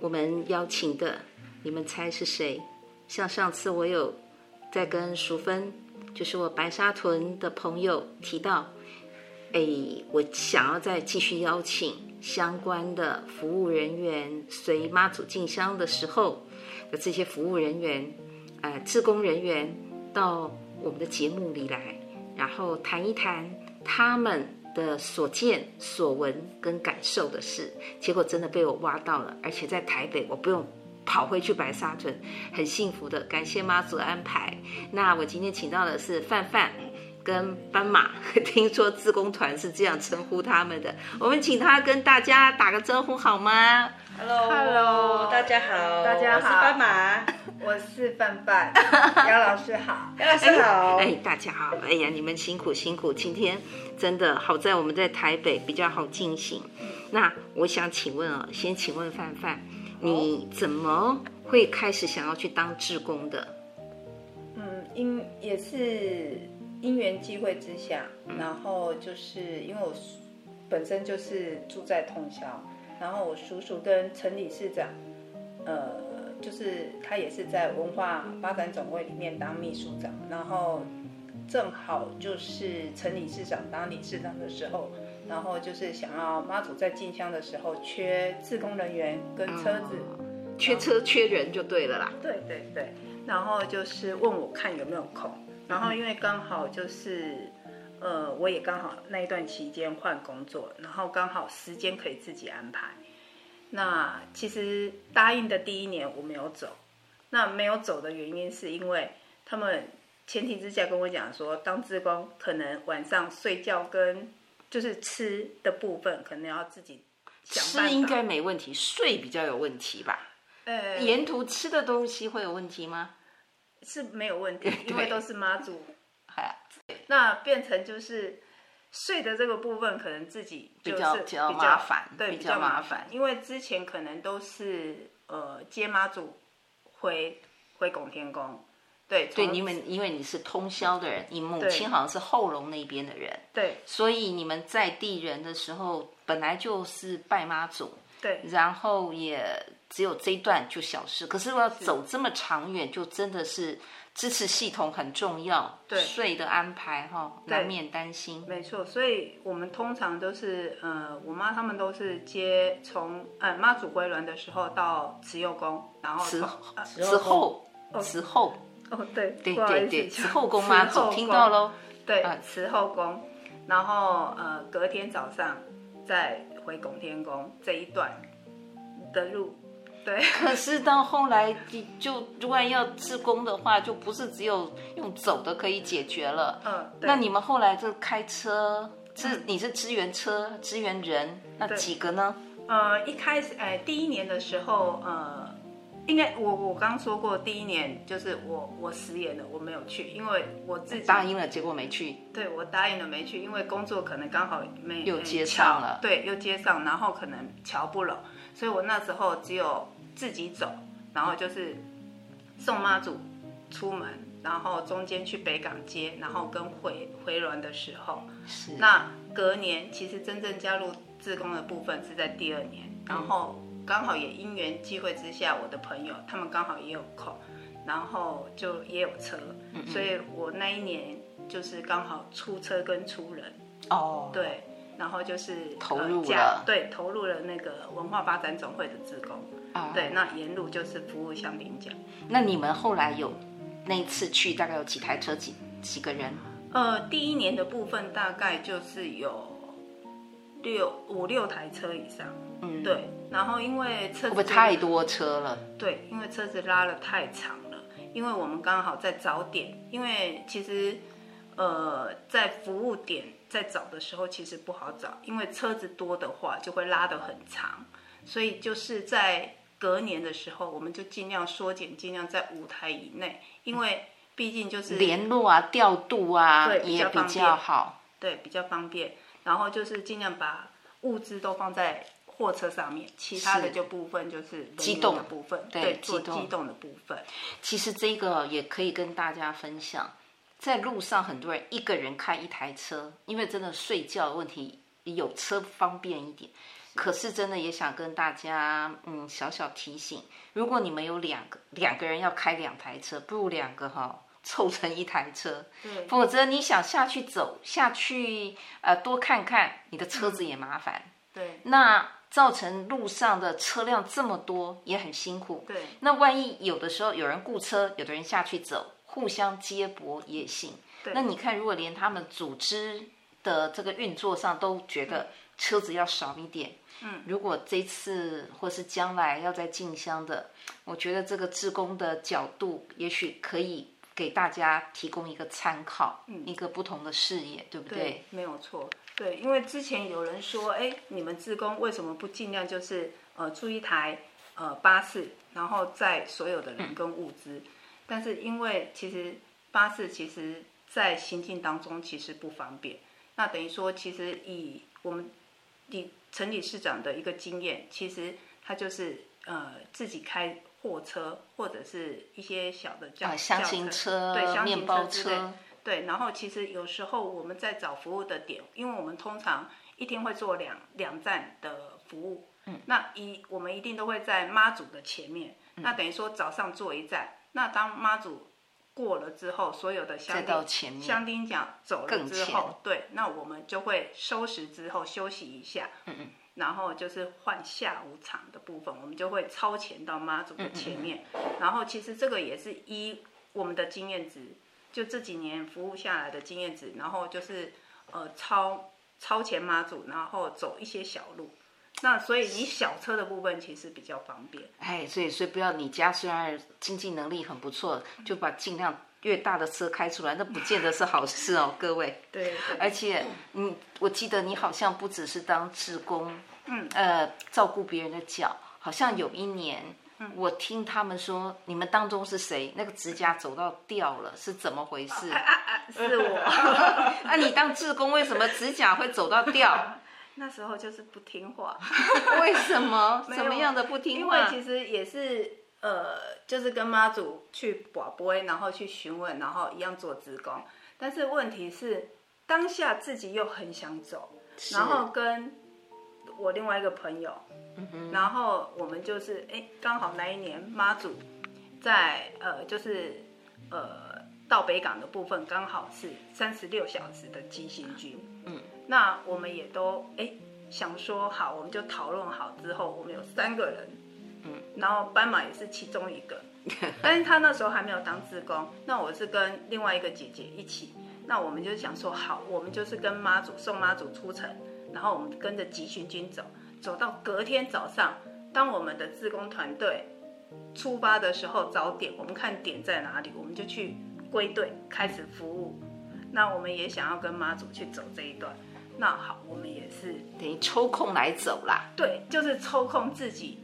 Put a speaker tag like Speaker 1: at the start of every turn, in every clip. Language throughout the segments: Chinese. Speaker 1: 我们邀请的，你们猜是谁？像上次我有在跟淑芬，就是我白沙屯的朋友提到，哎，我想要再继续邀请相关的服务人员随妈祖进香的时候的这些服务人员，呃，志工人员到我们的节目里来，然后谈一谈他们的所见所闻跟感受的事，结果真的被我挖到了，而且在台北，我不用跑回去白沙屯，很幸福的，感谢妈祖安排。那我今天请到的是范范跟斑马，听说自工团是这样称呼他们的，我们请他跟大家打个招呼好吗
Speaker 2: Hello，,
Speaker 3: Hello
Speaker 2: 大家好，
Speaker 3: 大家好
Speaker 2: 我是斑马，
Speaker 3: 我是范 范，姚老师好。
Speaker 2: 杨老师好。
Speaker 1: 哎，大家好！哎呀，你们辛苦辛苦，今天真的好在我们在台北比较好进行。那我想请问哦，先请问范范，你怎么会开始想要去当志工的？
Speaker 3: 嗯，因也是因缘际会之下，然后就是因为我叔本身就是住在通宵，然后我叔叔跟陈理事长，呃，就是他也是在文化发展总会里面当秘书长，然后正好就是陈理事长当理事长的时候。然后就是想要妈祖在进香的时候缺自工人员跟车子，
Speaker 1: 哦缺车缺人就对了啦。
Speaker 3: 对对对，然后就是问我看有没有空，然后因为刚好就是，呃，我也刚好那一段期间换工作，然后刚好时间可以自己安排。那其实答应的第一年我没有走，那没有走的原因是因为他们前提之下跟我讲说，当志工可能晚上睡觉跟就是吃的部分可能要自己想
Speaker 1: 吃
Speaker 3: 办法。
Speaker 1: 应该没问题，睡比较有问题吧？
Speaker 3: 呃
Speaker 1: 沿途吃的东西会有问题吗？，
Speaker 3: 是没有问题因为
Speaker 1: 对
Speaker 3: 都是妈祖
Speaker 1: 哎，
Speaker 3: 那变成就是睡的这个部分，可能自己就是
Speaker 1: 比较比较麻烦
Speaker 3: 对，
Speaker 1: 比
Speaker 3: 比
Speaker 1: 较
Speaker 3: 较
Speaker 1: 麻
Speaker 3: 麻
Speaker 1: 烦
Speaker 3: 烦，因为之前可能都是呃接妈祖回回拱天宫，对
Speaker 1: 对，
Speaker 3: 从
Speaker 1: 你们因为你是通宵的人，你母
Speaker 3: 呃对
Speaker 1: 亲好像是后龙那边的人，
Speaker 3: 对
Speaker 1: 所以你们在地人的时候本来就是拜妈祖。
Speaker 3: 对
Speaker 1: 然后也只有这一段就消失。可是我要走这么长远，就真的是支持系统很重要，
Speaker 3: 对
Speaker 1: 税的安排哈、
Speaker 3: 对
Speaker 1: 难免担心。
Speaker 3: 没错，所以我们通常都是，呃，我妈他们都是接从呃妈祖回銮的时候到慈幼宫，然后
Speaker 1: 慈
Speaker 3: 从呃
Speaker 1: 慈后，慈后，
Speaker 3: 哦对，
Speaker 1: 对
Speaker 3: 不好
Speaker 1: 对
Speaker 3: 意思
Speaker 1: 对，
Speaker 3: 讲
Speaker 1: 慈后宫妈
Speaker 3: 慈后
Speaker 1: 祖，
Speaker 3: 宫
Speaker 1: 听到喽？
Speaker 3: 对
Speaker 1: 啊，
Speaker 3: 慈后宫，然后呃，隔天早上再回拱天宫这一段的路，对
Speaker 1: 可是到后来，你就如果要自宫的话，就不是只有用走的可以解决了。
Speaker 3: 嗯对嗯
Speaker 1: 那你们后来就开车，是你是支援车、支援人，那几个呢？
Speaker 3: 呃一开始哎、第一年的时候呃，应该我我刚说过，第一年就是我我食言了，我没有去，因为我自己
Speaker 1: 答应了，结果没去，
Speaker 3: 对我答应了没去，因为工作可能刚好没
Speaker 1: 又
Speaker 3: 没
Speaker 1: 接上了
Speaker 3: 瞧对，又接上，然后可能瞧不拢，所以我那时候只有自己走，然后就是送妈祖出门，然后中间去北港街，然后跟回回銮的时候，
Speaker 1: 是
Speaker 3: 那隔年其实真正加入志工的部分是在第二年，
Speaker 1: 嗯
Speaker 3: 然后刚好也因缘际会之下，我的朋友他们刚好也有空，然后就也有车，
Speaker 1: 嗯
Speaker 3: 所以我那一年就是刚好出车跟出人，
Speaker 1: 哦，
Speaker 3: 对，然后就是
Speaker 1: 投入了
Speaker 3: 呃加对，投入了那个文化发展总会的志工，
Speaker 1: 啊
Speaker 3: 对，那沿路就是服务乡邻奖。
Speaker 1: 那你们后来有那一次去大概有几台车几几个人？
Speaker 3: 呃，第一年的部分大概就是有六五六台车以上，
Speaker 1: 嗯，会
Speaker 3: 对，然后因为车
Speaker 1: 不
Speaker 3: 子
Speaker 1: 会太多车了？
Speaker 3: 对，因为车子拉了太长了，因为我们刚好在找点，因为其实呃在服务点在找的时候其实不好找，因为车子多的话就会拉得很长，所以就是在隔年的时候，我们就尽量缩减，尽量在舞台以内，因为毕竟就是
Speaker 1: 联络啊、调度啊
Speaker 3: 对
Speaker 1: 也
Speaker 3: 比较
Speaker 1: 比
Speaker 3: 方
Speaker 1: 较
Speaker 3: 便
Speaker 1: 好。
Speaker 3: 对比较方便，然后就是尽量把物资都放在货车上面，其他的
Speaker 1: 是
Speaker 3: 就部分就是人
Speaker 1: 机
Speaker 3: 员
Speaker 1: 动
Speaker 3: 的部分，
Speaker 1: 对
Speaker 3: 对，
Speaker 1: 机
Speaker 3: 做
Speaker 1: 动
Speaker 3: 机动的部分，
Speaker 1: 其实这个也可以跟大家分享，在路上很多人一个人开一台车，因为真的睡觉的问题有车方便一点。可是真的也想跟大家，嗯，小小提醒，如果你们有两个两个人要开两台车，不如两个哈、凑成一台车，
Speaker 3: 对
Speaker 1: 否则你想下去走下去，呃，多看看，你的车子也麻烦。
Speaker 3: 对
Speaker 1: 那造成路上的车辆这么多，也很辛苦。
Speaker 3: 对
Speaker 1: 那万一有的时候有人雇车，有的人下去走，互相接驳也行。
Speaker 3: 对
Speaker 1: 那你看，如果连他们组织的这个运作上都觉
Speaker 3: 嗯
Speaker 1: 得车子要少一点，嗯，如果这次或是将来要再进香的，我觉得这个志工的角度也许可以给大家提供一个参考，一个不同的视野，对不对？
Speaker 3: 嗯对，没有错，对，因为之前有人说，哎，你们自工为什么不尽量就是呃租一台呃巴士，然后载所有的人跟物
Speaker 1: 嗯
Speaker 3: 资？但是因为其实巴士其实在行进当中其实不方便，那等于说其实以我们李陈理事长的一个经验，其实他就是呃自己开货车或者是一些小的轿
Speaker 1: 啊，箱
Speaker 3: 轿
Speaker 1: 型
Speaker 3: 车、
Speaker 1: 车、
Speaker 3: 对箱
Speaker 1: 面
Speaker 3: 型
Speaker 1: 包
Speaker 3: 之类
Speaker 1: 车，
Speaker 3: 对，然后其实有时候我们在找服务的点，因为我们通常一天会做两两站的服务，嗯，那一我们一定都会在妈祖的前面，
Speaker 1: 嗯
Speaker 3: 那等于说早上做一站，那当妈祖过了之后，所有的
Speaker 1: 再
Speaker 3: 香
Speaker 1: 到
Speaker 3: 丁
Speaker 1: 前面
Speaker 3: 香丁讲走了
Speaker 1: 更
Speaker 3: 之
Speaker 1: 前
Speaker 3: 后，对，那我们就会收拾之后休息一下，嗯嗯。然后就是换下午场的部分，我们就会超前到妈祖的前面。然后其实这个也是依我们的经验值，就这几年服务下来的经验值，然后就是呃超超前妈祖，然后走一些小路。那所以你小车的部分其实比较方便，
Speaker 1: 哎，所以所以不要你家虽然经济能力很不错，
Speaker 3: 嗯
Speaker 1: 就把尽量越大的车开出来，那不见得是好事 哦，各位。
Speaker 3: 对，
Speaker 1: 而 且，嗯，我记得你好像不只是当志工，
Speaker 3: 嗯，
Speaker 1: 呃，照顾别人的脚，好像有一年，
Speaker 3: 嗯
Speaker 1: 我听他们说，你们当中是谁那个指甲走到掉了，是怎么回事？
Speaker 3: 啊是我
Speaker 1: 啊，你当志工为什么指甲会走到掉？
Speaker 3: 那时候就是不听话，
Speaker 1: 为什么？
Speaker 3: 没有
Speaker 1: 什么样的不听
Speaker 3: 因为
Speaker 1: 话？
Speaker 3: 其实也是呃，就是跟妈祖去广播，然后去询问，然后一样做职工，但是问题是当下自己又很想走，然后跟我另外一个朋友，然后我们就是哎，刚好那一年妈祖在呃，就是呃到北港的部分刚好是三十六小时的急行军，嗯，那我们也都哎想说好，我们就讨论好之后，我们有三个人，嗯，然后斑马也是其中一 个，但是他那时候还没有当志工，那我是跟另外一个姐姐一起，那我们就想说好，我们就是跟妈祖送妈祖出城，然后我们跟着急行军走，走到隔天早上，当我们的志工团队出发的时候找点，我们看点在哪里，我们就去归队开始服务。那我们也想要跟妈祖去走这一段，那好，我们也是
Speaker 1: 等于抽空来走啦。
Speaker 3: 对，就是抽空自己，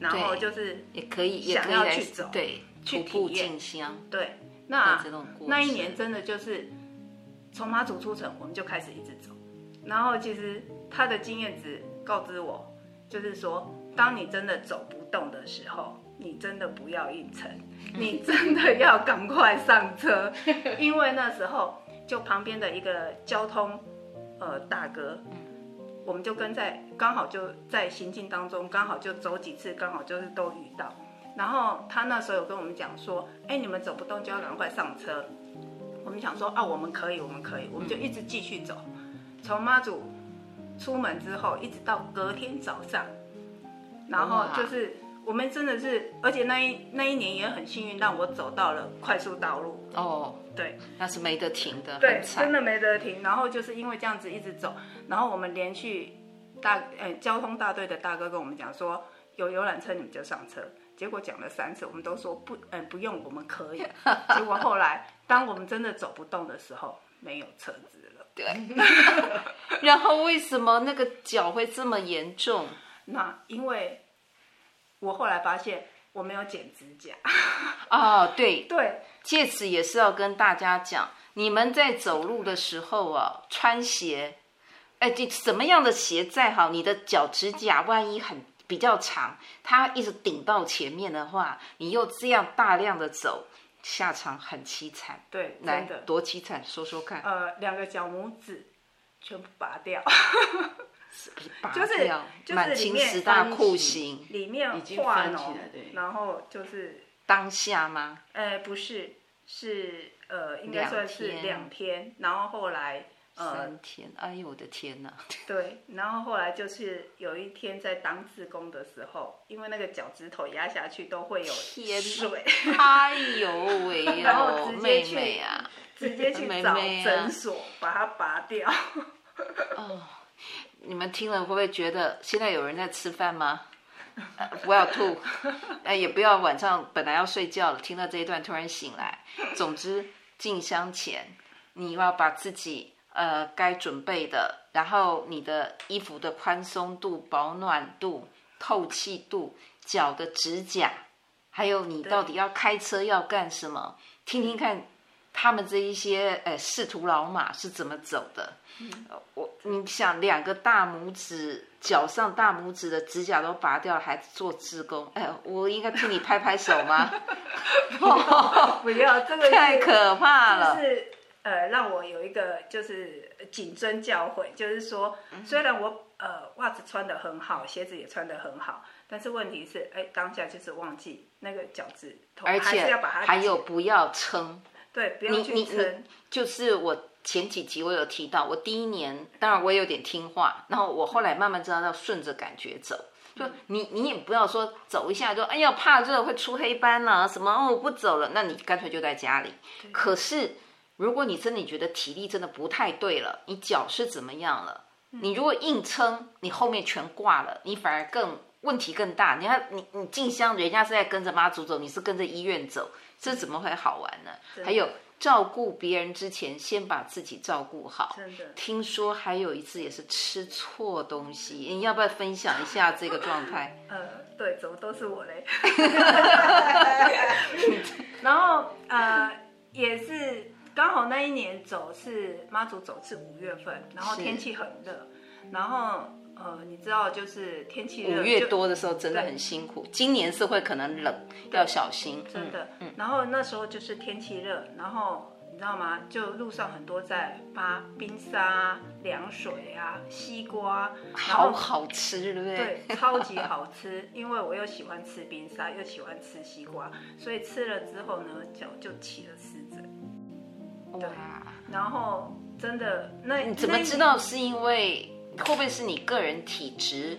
Speaker 3: 然后
Speaker 1: 对
Speaker 3: 就是
Speaker 1: 也可以，也
Speaker 3: 想
Speaker 1: 可以
Speaker 3: 要
Speaker 1: 来
Speaker 3: 去走
Speaker 1: 对，徒
Speaker 3: 去
Speaker 1: 步
Speaker 3: 体验
Speaker 1: 进香
Speaker 3: 对，
Speaker 1: 的
Speaker 3: 那
Speaker 1: 这种过程。
Speaker 3: 那一年真的就是从妈祖出城，我们就开始一直走。然后其实他的经验值告知我，就是说，当你真的走不动的时候，你真的不要硬撑，你真的要赶快上车，因为那时候就旁边的一个交通呃大哥。我们就跟在刚好就在行进当中，刚好就走几次，刚好就是都遇到。然后他那时候有跟我们讲说，哎，你们走不动就要赶快上车。我们想说啊，我们可以，我们可以，我们就一直继续走。从妈祖出门之后，一直到隔天早上，然后
Speaker 1: 哇
Speaker 3: 就是我们真的是，而且那一那一年也很幸运，让我走到了快速道路。
Speaker 1: 哦，
Speaker 3: 对，
Speaker 1: 那是没得停的，
Speaker 3: 对
Speaker 1: 很，
Speaker 3: 真
Speaker 1: 惨。
Speaker 3: 的没得停。然后就是因为这样子一直走，然后我们连续大呃交通大队的大哥跟我们讲说，有游览车你们就上车。结果讲了三次，我们都说不，呃，不用，我们可以。结果后来，当我们真的走不动的时候，没有车子了。
Speaker 1: 然后为什么那个脚会这么严重？
Speaker 3: 那因为我后来发现我没有剪指甲，
Speaker 1: 哦，对，
Speaker 3: 对，
Speaker 1: 借此也是要跟大家讲，你们在走路的时候啊，穿鞋，哎，这什么样的鞋再好，你的脚指甲万一很比较长，它一直顶到前面的话，你又这样大量的走，下场很凄惨。
Speaker 3: 对，
Speaker 1: 来
Speaker 3: 真的，，
Speaker 1: 多凄惨，说说看，
Speaker 3: 呃，两个脚拇指全部拔掉，
Speaker 1: 拔
Speaker 3: 就
Speaker 1: 掉
Speaker 3: 是就是
Speaker 1: 啊哦满
Speaker 3: 里
Speaker 1: 清
Speaker 3: 面
Speaker 1: 十大
Speaker 3: 翻
Speaker 1: 酷
Speaker 3: 起
Speaker 1: 刑，
Speaker 3: 里面
Speaker 4: 经
Speaker 3: 化
Speaker 4: 翻起
Speaker 3: 脓
Speaker 4: 来对，
Speaker 3: 然后就是，
Speaker 1: 当下吗？
Speaker 3: 呃，不是，是呃，应该
Speaker 1: 两
Speaker 3: 算是
Speaker 1: 天
Speaker 3: 两天，然后后来呃，
Speaker 1: 三天，哎呦我的天哪！
Speaker 3: 对，然后后来就是有一天在当志工的时候，因为那个脚趾头压下去都会有
Speaker 1: 天哪
Speaker 3: 水，
Speaker 1: 哎呦喂
Speaker 3: 然后
Speaker 1: 呦，
Speaker 3: 直接
Speaker 1: 妹
Speaker 3: 去
Speaker 1: 妹啊，
Speaker 3: 直接去
Speaker 1: 妹
Speaker 3: 找
Speaker 1: 妹啊
Speaker 3: 诊所把它拔掉。
Speaker 1: 哦，你们听了会不会觉得现在有人在吃饭吗？呃不要吐， 呃，也不要晚上本来要睡觉了，听到这一段突然醒来。总之，进香前你要把自己呃该准备的，然后你的衣服的宽松度、保暖度、透气度、脚的指甲，还有你到底要开车要干什么，听听看他们这一些呃仕途老马是怎么走的。
Speaker 3: 嗯
Speaker 1: 呃我你想两个大拇指脚上大拇指的指甲都拔掉了，还做志工，哎，我应该替你拍拍手 吗？
Speaker 3: 不要，这个是
Speaker 1: 太可怕
Speaker 3: 就
Speaker 1: 了！
Speaker 3: 是呃，让我有一个就是谨遵教诲，就是说，
Speaker 1: 嗯
Speaker 3: 虽然我呃袜子穿的很好，鞋子也穿的很好，但是问题是，哎，当下就是忘记那个脚趾头，
Speaker 1: 而
Speaker 3: 还是
Speaker 1: 且
Speaker 3: 要把它
Speaker 1: 还有不要撑，
Speaker 3: 对，不
Speaker 1: 你
Speaker 3: 要
Speaker 1: 你
Speaker 3: 去
Speaker 1: 你
Speaker 3: 撑，
Speaker 1: 就是我前几集我有提到，我第一年当然我也有点听话，然后我后来慢慢知道要顺着感觉走。就你你也不要说走一下就哎呀怕热会出黑斑啦、什么哦我不走了，那你干脆就在家里。可是如果你真的觉得体力真的不太对了，你脚是怎么样了？你如果硬撑，你后面全挂了，你反而更问题更大。你看你你进香，人家是在跟着妈祖走，你是跟着医院走，这怎么会好玩呢？还有照顾别人之前，先把自己照顾好。
Speaker 3: 真的。
Speaker 1: 听说还有一次也是吃错东西，你要不要分享一下这个状态？
Speaker 3: 呃，对，怎么都是我 嘞。然后呃，也是刚好那一年走是妈祖走是五月份，然后
Speaker 1: 是
Speaker 3: 天气很热，然后呃，你知道就是天气热
Speaker 1: 五月
Speaker 3: 就
Speaker 1: 多的时候真的很辛苦，今年是会可能冷，要小心。
Speaker 3: 真的。
Speaker 1: 嗯，
Speaker 3: 然后那时候就是天气热，然后你知道吗？就路上很多在发冰沙啊、凉水啊、西瓜，
Speaker 1: 嗯
Speaker 3: 然后
Speaker 1: 好好吃，对不对？
Speaker 3: 对，超级好吃。 因为我又喜欢吃冰沙，又喜欢吃西瓜，所以吃了之后呢，脚就起了湿疹。对
Speaker 1: 哇，
Speaker 3: 然后真的，那
Speaker 1: 你嗯怎么
Speaker 3: 那
Speaker 1: 知道是因为会不会是你个人体质？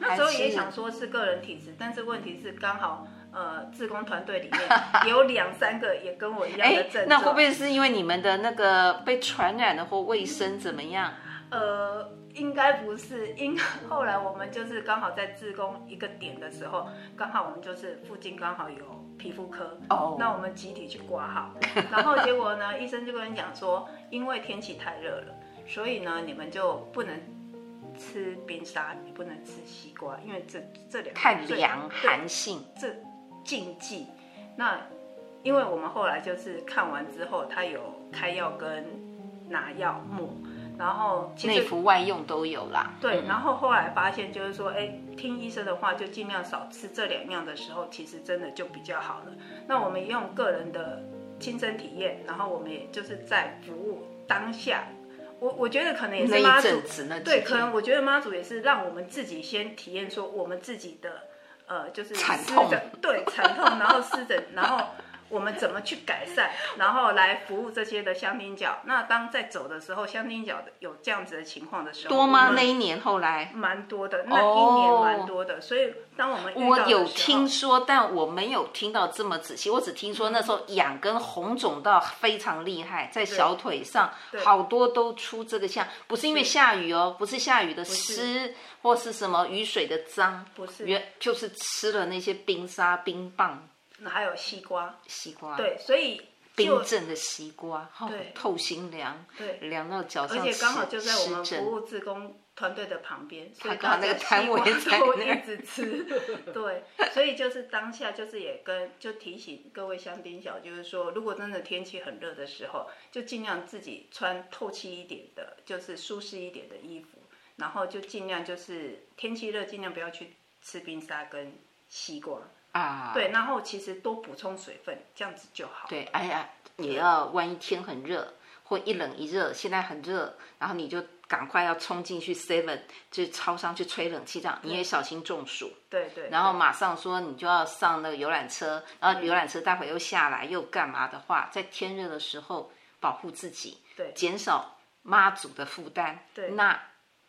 Speaker 3: 那时候也
Speaker 1: 还是
Speaker 3: 想说是个人体质，但是问题是刚好呃，志工团队里面 有两三个也跟我一样的
Speaker 1: 哎
Speaker 3: 症状。，
Speaker 1: 那会不会是因为你们的那个被传染的或卫生怎么样？
Speaker 3: 呃，应该不是，因后来我们就是刚好在自工一个点的时候，刚好我们就是附近刚好有皮肤科，
Speaker 1: 哦
Speaker 3: 那我们集体去挂 号，然后结果呢，医生就跟你讲说，因为天气太热了，所以呢，你们就不能。吃冰沙，也不能吃西瓜，因为这这两个
Speaker 1: 太
Speaker 3: 最
Speaker 1: 凉
Speaker 3: 对
Speaker 1: 寒性，
Speaker 3: 这禁忌。那因为我们后来就是看完之后，他有开药跟拿药抹，然后其
Speaker 1: 内
Speaker 3: 实
Speaker 1: 服外用都有啦。
Speaker 3: 对，
Speaker 1: 嗯
Speaker 3: 然后后来发现就是说，哎，听医生的话，就尽量少吃这两样的时候，其实真的就比较好了。那我们也用个人的亲身体验，然后我们也就是在服务当下，我我觉得可能也
Speaker 1: 那
Speaker 3: 是妈
Speaker 1: 一
Speaker 3: 祖
Speaker 1: 阵子那几
Speaker 3: 对，
Speaker 1: 天
Speaker 3: 可能我觉得妈祖也是让我们自己先体验说我们自己的呃，就是
Speaker 1: 惨
Speaker 3: 湿
Speaker 1: 痛
Speaker 3: 疹，对，惨痛，然后湿疹，然后我们怎么去改善，然后来服务这些的香丁角。那当在走的时候，香丁角的有这样子的情况的时候，
Speaker 1: 多吗？
Speaker 3: 我们
Speaker 1: 那一年后来
Speaker 3: 蛮多的，那一年蛮多的，所以当我们遇到
Speaker 1: 哦我
Speaker 3: 的
Speaker 1: 有
Speaker 3: 时候
Speaker 1: 听说，但我没有听到这么仔细。我只听说那时候痒跟红肿到非常厉害，在小腿上好多都出这个像，不是因为下雨哦，不是下雨的湿或是什么雨水的脏，
Speaker 3: 不是
Speaker 1: 原就是吃了那些冰沙、冰棒、
Speaker 3: 还有西瓜，
Speaker 1: 西瓜，
Speaker 3: 对，所以就
Speaker 1: 冰镇的西瓜，好哦
Speaker 3: 对
Speaker 1: 透心凉，
Speaker 3: 对
Speaker 1: 凉到脚上
Speaker 3: 而
Speaker 1: 起，
Speaker 3: 且刚好就在我们
Speaker 1: 湿疹
Speaker 3: 服务志工团队的旁边，所以
Speaker 1: 刚好那个摊位
Speaker 3: 大家
Speaker 1: 在
Speaker 3: 西
Speaker 1: 那
Speaker 3: 瓜
Speaker 1: 儿
Speaker 3: 都一直吃，对，所以就是当下就是也跟就提醒各位香槟小，就是说，如果真的天气很热的时候，就尽量自己穿透气一点的，就是舒适一点的衣服，然后就尽量就是天气热，尽量不要去吃冰沙跟西瓜，
Speaker 1: 啊，
Speaker 3: 对，然后其实多补充水分，这样子就好。
Speaker 1: 对，哎呀，也要万一天很热或一冷一热，现在很热，然后你就赶快要冲进去 Seven 就是超商去吹冷气，这样你也小心中暑。
Speaker 3: 对对，
Speaker 1: 然后
Speaker 3: 对
Speaker 1: 马上说你就要上那个游览车，然后游览车待会又下来又干嘛的话，在天热的时候保护自己，
Speaker 3: 对
Speaker 1: 减少妈祖的负担，
Speaker 3: 对
Speaker 1: 那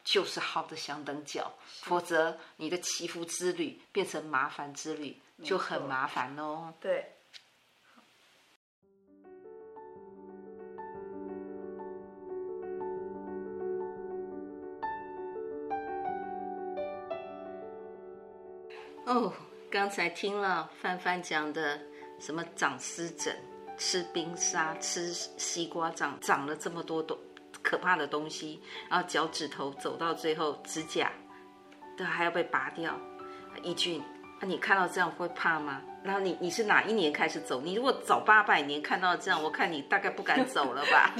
Speaker 1: 就是好的香灯脚，否则你的祈福之旅变成麻烦之旅，就很
Speaker 3: 错
Speaker 1: 麻烦哦。
Speaker 3: 对。
Speaker 1: 哦，刚才听了范范讲的什么长湿疹、吃冰沙、吃西瓜长长了这么多东可怕的东西，然后脚趾头走到最后指甲都还要被拔掉。义俊，啊你看到这样会怕吗？然后你你是哪一年开始走？你如果早八百年看到这样，我看你大概不敢走了吧？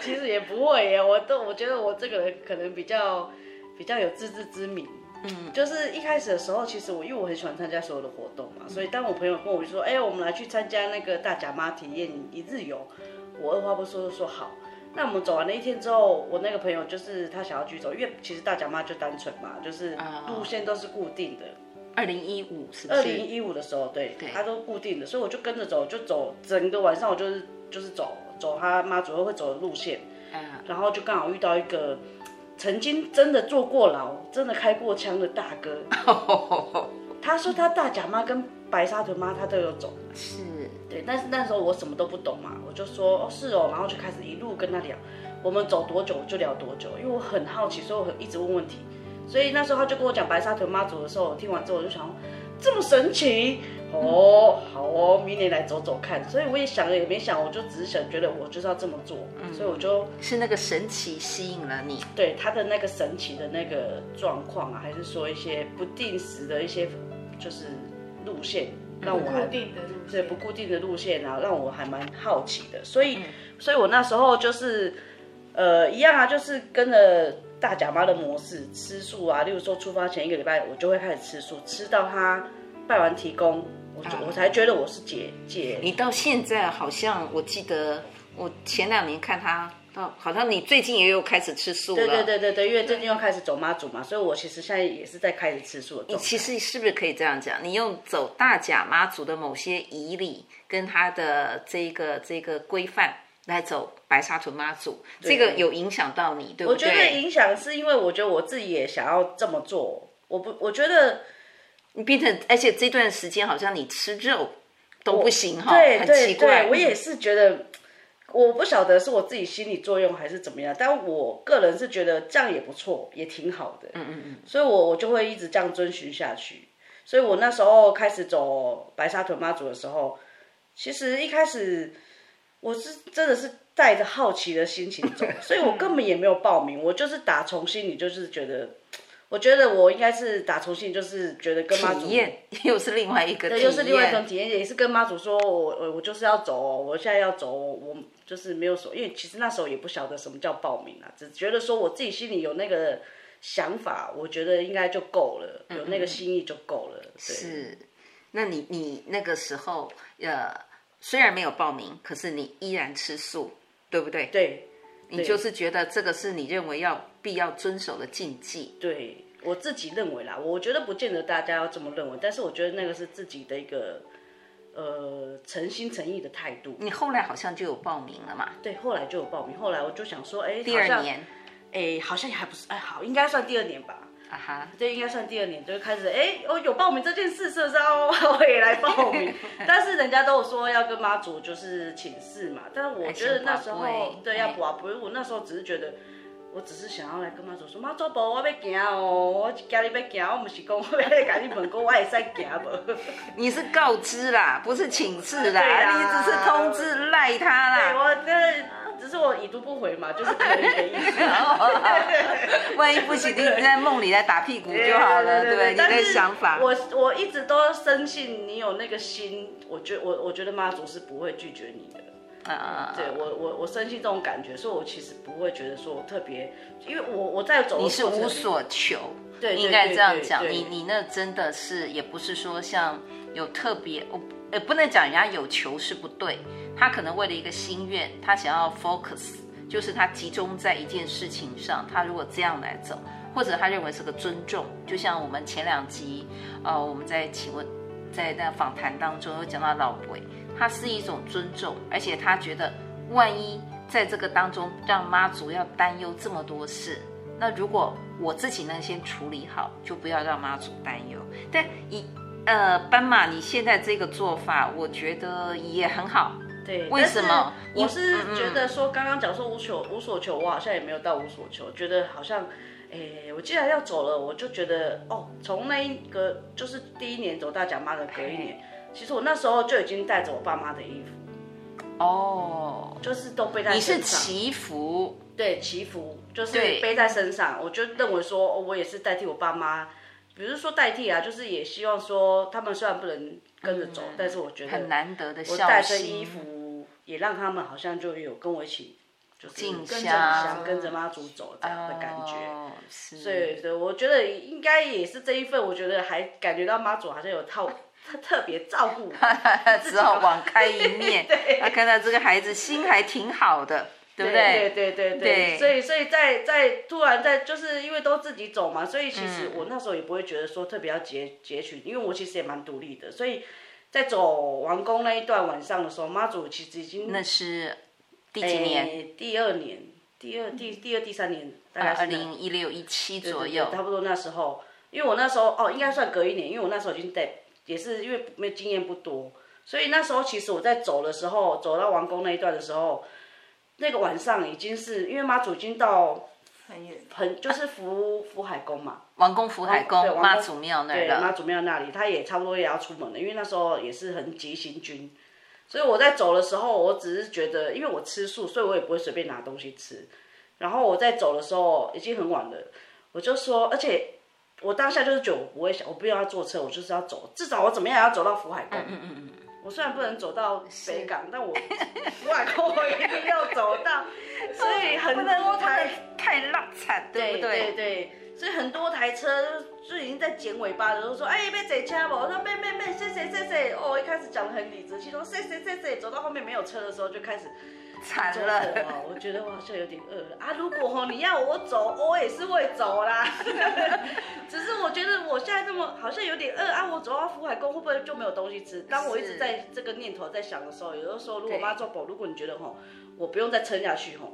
Speaker 2: 其实也不会耶，我都我觉得我这个人可能比较比较有自知之明。嗯，就是一开始的时候，其实我因为我很喜欢参加所有的活动嘛，所以当我朋友跟我说，哎、我们来去参加那个大甲妈体验一日游，我二话不说就说好。那我们走完了一天之后，我那个朋友就是他想要去走，因为其实大甲妈就单纯嘛，就是
Speaker 3: 啊
Speaker 2: 路线都是固定的。
Speaker 1: 二零一五是不
Speaker 2: 二零
Speaker 1: 是？
Speaker 2: 一五的时候，对，它都固定的，所以我就跟着走，就走整个晚上，我就是就是走走他妈祖会走的路线，然后就刚好遇到一个曾经真的坐过牢、真的开过枪的大哥，他说他大甲妈跟白沙屯妈他都有走，
Speaker 1: 是
Speaker 2: 对，但是那时候我什么都不懂嘛，我就说哦是哦，然后就开始一路跟他聊，我们走多久就聊多久，因为我很好奇，所以我很一直问问题。所以那时候他就跟我讲白沙屯妈祖的时候，我听完之后我就想，这么神奇哦，好哦，明年来走走看。所以我也想了也没想，我就只是想觉得我就是要这么做，
Speaker 3: 嗯
Speaker 2: 所以我就是
Speaker 1: 那个神奇吸引了你。
Speaker 2: 对他的那个神奇的那个状况啊，还是说一些不定时的一些就是路线，让我还
Speaker 3: 固定的路线
Speaker 2: 对不固定的路线啊，让我还蛮好奇的。所
Speaker 1: 嗯
Speaker 2: 以，所以我那时候就是，呃，一样啊，就是跟着大甲妈的模式吃素啊。例如说，出发前一个礼拜，我就会开始吃素，吃到他拜完提供，我就、我才觉得我是解解
Speaker 1: 啊你到现在好像我记得，我前两年看他到，好像你最近也有开始吃素了。
Speaker 2: 对对对对对，因为最近又开始走妈祖嘛，所以我其实现在也是在开始吃素的状态。
Speaker 1: 其实是不是可以这样讲？你用走大甲妈祖的某些仪礼跟他的这个这个规范来走白沙屯妈祖，这个有影响到你，对不
Speaker 2: 我觉得
Speaker 1: 对？
Speaker 2: 影响是因为我觉得我自己也想要这么做，我不，我觉得
Speaker 1: 你变成，而且这段时间好像你吃肉都不行哈，
Speaker 2: 对
Speaker 1: 很
Speaker 2: 对
Speaker 1: 奇怪。嗯
Speaker 2: 对，我也是觉得，我不晓得是我自己心理作用还是怎么样，但我个人是觉得这样也不错，也挺好的。嗯嗯嗯。所以我我就会一直这样遵循下去。所以我那时候开始走白沙屯妈祖的时候，其实一开始我是真的是带着好奇的心情 走，所以我根本也没有报名，我就是打从心里就是觉得。我觉得我应该是打从心里就是觉得跟妈祖
Speaker 1: 体验又是另外一个体验，
Speaker 2: 就是另外一种体验，也是跟妈祖说，我我我就是要走哦，我现在要走哦，我就是没有说，因为其实那时候也不晓得什么叫报名啊，只觉得说我自己心里有那个想法，我觉得应该就够了，有那个心意就够了。对，
Speaker 1: 嗯是，那你你那个时候呃，虽然没有报名，可是你依然吃素，对不对？
Speaker 2: 对
Speaker 1: 你就是觉得这个是你认为要必要遵守的禁忌。
Speaker 2: 对，我自己认为啦，我觉得不见得大家要这么认为，但是我觉得那个是自己的一个呃诚心诚意的态度。
Speaker 1: 你后来好像就有报名了嘛？
Speaker 2: 对，后来就有报名，后来我就想说，哎，
Speaker 1: 第二，年，
Speaker 2: 哎，好像也还不是，哎，好，应该算第二年吧。
Speaker 1: 啊哈，
Speaker 2: 对，应该算第二年就开始，哎，哦，有报名这件事，是不是要 我也来 报名？但是人家都有说要跟妈祖就是请示嘛，但是我觉得那时
Speaker 1: 哎先跋
Speaker 2: 候
Speaker 1: 杯
Speaker 2: 对
Speaker 1: 哎
Speaker 2: 要寡不，我那时候只是觉得。我只是想要来跟妈祖说，妈祖婆，我要行哦，我家里要行，我不是讲我要来跟你问过，我会使行 无？
Speaker 1: 你是告知啦，不是请示
Speaker 2: 对
Speaker 1: 啦，
Speaker 2: 啦
Speaker 1: 你只是通知赖他
Speaker 2: 对，
Speaker 1: 啦。
Speaker 2: 我这只是我已读不回嘛，就是这个意 思。
Speaker 1: 哦 万一不行，你你在梦里来打屁股就好了，对不对？你
Speaker 2: 但
Speaker 1: 的
Speaker 2: 是
Speaker 1: 想法，
Speaker 2: 我我一直都深信你有那个心，我觉我我觉得妈祖是不会拒绝你的。
Speaker 1: 啊，
Speaker 2: 对我我我深信这种感觉，所以我其实不会觉得说我特别，因为我我在走的
Speaker 1: 你是
Speaker 2: 过程
Speaker 1: 无所求，
Speaker 2: 对对
Speaker 1: 应该这样讲。
Speaker 2: 对对
Speaker 1: 你你那真的是也不是说像有特别，我呃不能讲人家有求是不对，他可能为了一个心愿，他想要 focus，就是他集中在一件事情上，他如果这样来走，或者他认为是个尊重，就像我们前两集，呃，我们在请问在那访谈当中有讲到老鬼，他是一种尊重，而且他觉得万一在这个当中让妈祖要担忧这么多事，那如果我自己能先处理好，就不要让妈祖担忧。但以呃斑马你现在这个做法，我觉得也很好。
Speaker 2: 对，
Speaker 1: 为
Speaker 2: 但
Speaker 1: 什
Speaker 2: 是
Speaker 1: 么
Speaker 2: 我
Speaker 1: 因
Speaker 2: 是
Speaker 1: 嗯嗯
Speaker 2: 觉得说刚刚讲说无所无所求，我好像也没有到无所求，觉得好像，诶，我既然要走了，我就觉得哦，从那一个就是第一年走大甲妈的隔一年，其实我那时候就已经带着我爸妈的衣服，
Speaker 1: 嗯哦，
Speaker 2: 就是都背在
Speaker 1: 你是
Speaker 2: 身上。
Speaker 1: 祈福，
Speaker 2: 对祈福，就是
Speaker 1: 对
Speaker 2: 背在身上，我就认为说，哦我也是代替我爸妈，比如说代替啊，就是也希望说，他们虽然不能跟着走，但是我觉得
Speaker 1: 嗯很难得的
Speaker 2: 我
Speaker 1: 孝
Speaker 2: 带着
Speaker 1: 心。
Speaker 2: 衣服，也让他们好像就有跟我一起，就是
Speaker 1: 进
Speaker 2: 跟着
Speaker 1: 香
Speaker 2: 跟着妈祖走这样的感觉。
Speaker 1: 哦、是，
Speaker 2: 对对，我觉得应该也是这一份，我觉得还感觉到妈祖好像有套特特别照顾我，
Speaker 1: 只好网开一 面。他看到这个孩子心还挺好的，对不
Speaker 2: 对对对对
Speaker 1: 对
Speaker 2: 所以所以在在突然在就是因为都自己走嘛，所以其
Speaker 1: 嗯
Speaker 2: 实我那时候也不会觉得说特别要截截取，因为我其实也蛮独立的，所以在走王宫那一段晚上的时候，妈祖其实已经
Speaker 1: 那是第几年？
Speaker 2: 诶第二年，第二第第二第三年，大概
Speaker 1: 二
Speaker 2: 是那
Speaker 1: 零一六一七左
Speaker 2: 对
Speaker 1: 右。
Speaker 2: 差不多那时候，因为我那时候哦，应该算隔一年，因为我那时候已经在，也是因为没经验不多，所以那时候其实我在走的时候，走到王宫那一段的时候，那个晚上已经是因为妈祖已经到
Speaker 3: 很远，
Speaker 2: 很就是福福海宫嘛，
Speaker 1: 王宫福海
Speaker 2: 哦对王
Speaker 1: 宫
Speaker 2: 宫
Speaker 1: 妈祖庙那儿
Speaker 2: 对，妈
Speaker 1: 了。
Speaker 2: 祖庙那里，他也差不多也要出门了，因为那时候也是很急行军，所以我在走的时候，我只是觉得，因为我吃素，所以我也不会随便拿东西吃。然后我在走的时候已经很晚了，我就说，而且我当下就是觉得我不会想，我不要坐车，我就是要走，至少我怎么样也要走到福海宫。嗯嗯嗯我虽然不能走到北港，但我 福海宫我一定要走到，所以很
Speaker 1: 不能
Speaker 2: 多台
Speaker 1: 太太浪惨，对不
Speaker 2: 对对，所以很多台车就已经在剪尾巴了，都说哎，被谁掐我？我说被被被谁谁谁谁哦，一开始讲的很理直气壮，谁谁谁谁，走到后面没有车的时候就开始
Speaker 1: 惨
Speaker 2: 真的
Speaker 1: 了。
Speaker 2: 哦，我觉得我好像有点饿了啊。如果哦你要我走，我也是会走啦， 只是我觉得我现在这么好像有点饿啊，我走到福海宫会不会就没有东西吃？当我一直
Speaker 1: 是
Speaker 2: 在这个念头在想的时候，有的时候如果
Speaker 1: 对
Speaker 2: 妈做保，如果你觉得吼我不用再撑下去吼。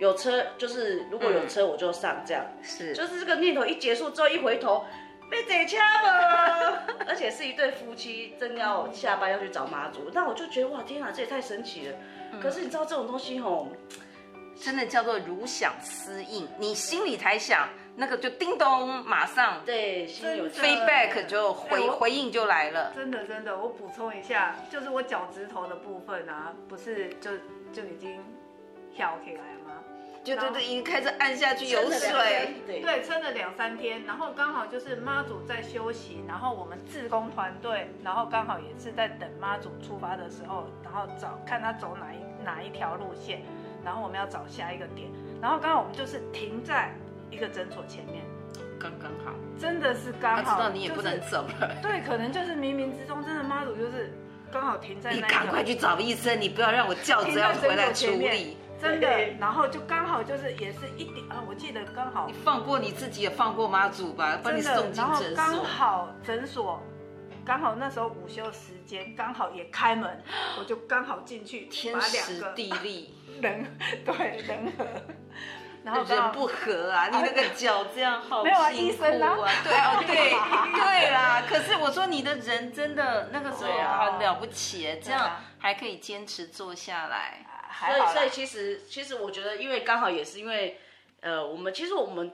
Speaker 2: 有车就是，如果有
Speaker 1: 嗯
Speaker 2: 车我就上这样，
Speaker 1: 是，
Speaker 2: 就是这个念头一结束之后，一回头被贼掐了， 而且是一对夫妻正要下班要去找妈祖，那我就觉得哇天啊，这也太神奇了。
Speaker 1: 嗯
Speaker 2: 可是你知道这种东西吼，
Speaker 1: 真的叫做如想思应，你心里才想，那个就叮咚，马上
Speaker 2: 对，心有戚
Speaker 3: 真的
Speaker 1: feedback 就
Speaker 3: 哎
Speaker 1: 回
Speaker 3: 我
Speaker 1: 回应就来了。
Speaker 3: 真的真的，我补充一下，就是我脚趾头的部分啊，不是就就已经跳起来了吗？
Speaker 1: 就对
Speaker 3: 然后
Speaker 1: 对，一开始按下去有
Speaker 2: 真的
Speaker 1: 水。
Speaker 2: 两个对，
Speaker 3: 对，撑了两三天，然后刚好就是妈祖在休息，然后我们自工团队，然后刚好也是在等妈祖出发的时候，然后找看他走哪一哪一条路线，然后我们要找下一个点，然后刚好我们就是停在一个诊所前面，
Speaker 1: 刚刚好，
Speaker 3: 真的是
Speaker 1: 他
Speaker 3: 刚
Speaker 1: 知
Speaker 3: 好，
Speaker 1: 道你也不能
Speaker 3: 就是、
Speaker 1: 走了。
Speaker 3: 对，可能就是冥冥之中，真的妈祖就是刚好停在
Speaker 1: 你
Speaker 3: 那一
Speaker 1: 赶
Speaker 3: 条
Speaker 1: 快去找医生，你不要让我叫着要回来处理。
Speaker 3: 真的
Speaker 2: 对，
Speaker 3: 然后就刚好就是也是一点啊，我记得刚好
Speaker 1: 你放过你自己，也放过妈祖吧，把你
Speaker 3: 真
Speaker 1: 送
Speaker 3: 的，
Speaker 1: 进
Speaker 3: 然后
Speaker 1: 诊
Speaker 3: 刚
Speaker 1: 所。
Speaker 3: 好诊所，刚好那时候午休时间，刚好也开 门，我就刚好进去，
Speaker 1: 天
Speaker 3: 把两
Speaker 1: 时
Speaker 3: 个
Speaker 1: 地利，
Speaker 3: 人 对人 和，然后
Speaker 1: 人
Speaker 3: 刚
Speaker 1: 不
Speaker 3: 好
Speaker 1: 和啊！你那个脚这样好
Speaker 3: 没有啊
Speaker 1: 辛
Speaker 3: 医
Speaker 1: 苦
Speaker 3: 生啊
Speaker 1: 对啊，对对啦。可是我说你的人真的那个时候
Speaker 2: 对啊
Speaker 1: 很了不起，这
Speaker 3: 对
Speaker 1: 样
Speaker 3: 啊
Speaker 1: 还可以坚持做下来。
Speaker 3: 还
Speaker 2: 所以
Speaker 3: 好
Speaker 2: 所以
Speaker 3: 啦，
Speaker 2: 其实其实我觉得，因为刚好也是因为，呃，我们其实我们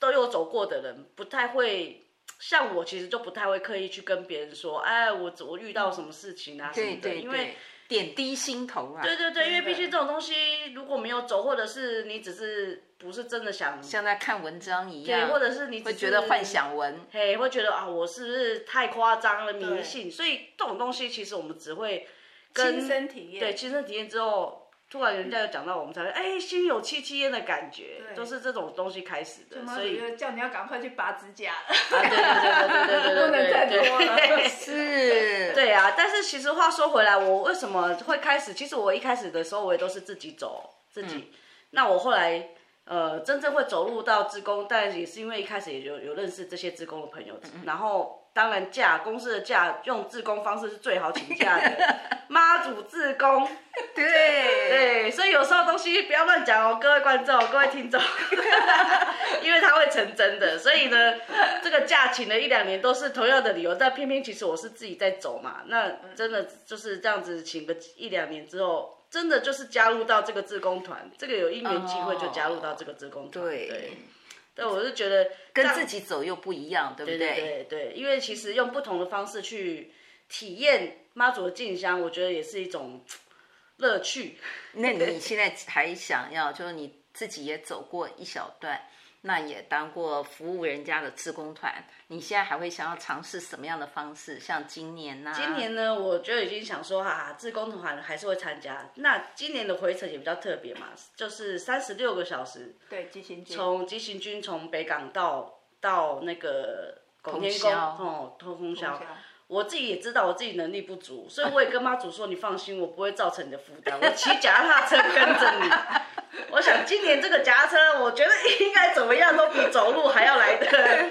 Speaker 2: 都有走过的人，不太会像我其实就不太会刻意去跟别人说，哎，我我遇到什么事情啊什么
Speaker 1: 嗯对
Speaker 2: 的，
Speaker 1: 对，
Speaker 2: 因为
Speaker 1: 对点滴心头啊，
Speaker 2: 对对对，因为毕竟这种东西如果没有走，或者是你只是不是真的想，
Speaker 1: 像在看文章一
Speaker 2: 对，
Speaker 1: 样，
Speaker 2: 或者是你只
Speaker 1: 会
Speaker 2: 是
Speaker 1: 觉得幻，想文，
Speaker 2: 嘿，会觉得啊，我是不是太夸张了，迷信？所以这种东西其实我们只会跟
Speaker 3: 亲身体验，
Speaker 2: 对亲身体验之后，突然人家有讲到，我们才会哎，心有戚戚焉的感觉，都是这种东西开始的，
Speaker 3: 妈
Speaker 2: 所
Speaker 3: 祖
Speaker 2: 以
Speaker 3: 就叫你要赶快去拔指甲，
Speaker 2: 啊，对对对对对对对对，
Speaker 3: 不能再多了。
Speaker 1: 是，
Speaker 2: 对啊，但是其实话说回来，我为什么会开始？其实我一开始的时候，我也都是自己走，自己。那我后来呃，真正会走入到职工，但也是因为一开始也有有认识这些职工的朋友，然后当然假公司的假用自工方式是最好请假的， 妈祖自工。
Speaker 1: 对
Speaker 2: 对，所以有时候东西不要乱讲哦，各位观众、各位听众， 因为它会成真的。所以呢，这个假请了一两年都是同样的理由，但偏偏其实我是自己在走嘛。那真的就是这样子，请个一两年之后，真的就是加入到这个志工团，这个有因缘机会就加入到这个志工团。
Speaker 1: 对
Speaker 2: 哦对，，但我是觉得跟欸
Speaker 1: 自己走又不一样，对不
Speaker 2: 对对，因为其实用不同的方式去体验妈祖的进香，我觉得也是一种乐趣。
Speaker 1: 那你现在还想要，就是你自己也走过一小段，那也当过服务人家的志工团，你现在还会想要尝试什么样的方式？像今年呐、
Speaker 2: 今年呢，我就已经想说，哈、哈，自工团还是会参加。那今年的回程也比较特别嘛，就是三十六个小时，
Speaker 3: 对，急行军。
Speaker 2: 从急行军从北港到到那个拱天
Speaker 1: 通
Speaker 2: 宫，
Speaker 1: 宵
Speaker 2: 哦，通通宵
Speaker 3: 通宵。
Speaker 2: 我自己也知道我自己能力不足，所以我也跟妈祖说，你放心，我不会造成你的负担，我骑脚踏车跟着你。我想今年这个夹车，我觉得应该怎么样都比走路还要来的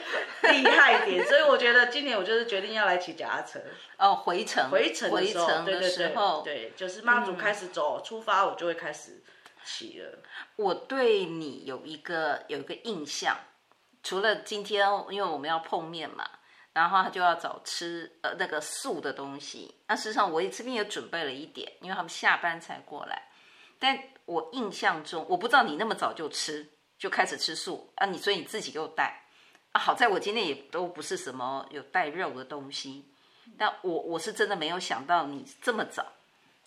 Speaker 2: 厉害一点，所以我觉得今年我就是决定要来骑脚踏车。
Speaker 1: 哦回程
Speaker 2: 回程的
Speaker 1: 回
Speaker 2: 时候，
Speaker 1: 程
Speaker 2: 对
Speaker 1: 的
Speaker 2: 对
Speaker 1: 时
Speaker 2: 对
Speaker 1: 候，嗯
Speaker 2: 对，就是妈祖开始走，出发我就会开始骑了。
Speaker 1: 我对你有一个有一个印象，除了今天因为我们要碰面嘛，然后他就要找吃呃那个素的东西。那事实上我这边也准备了一点，因为他们下班才过来。但我印象中，我不知道你那么早就吃就开始吃素啊，你所以你自己给我带啊。好在我今天也都不是什么有带肉的东西，但我我是真的没有想到你这么早，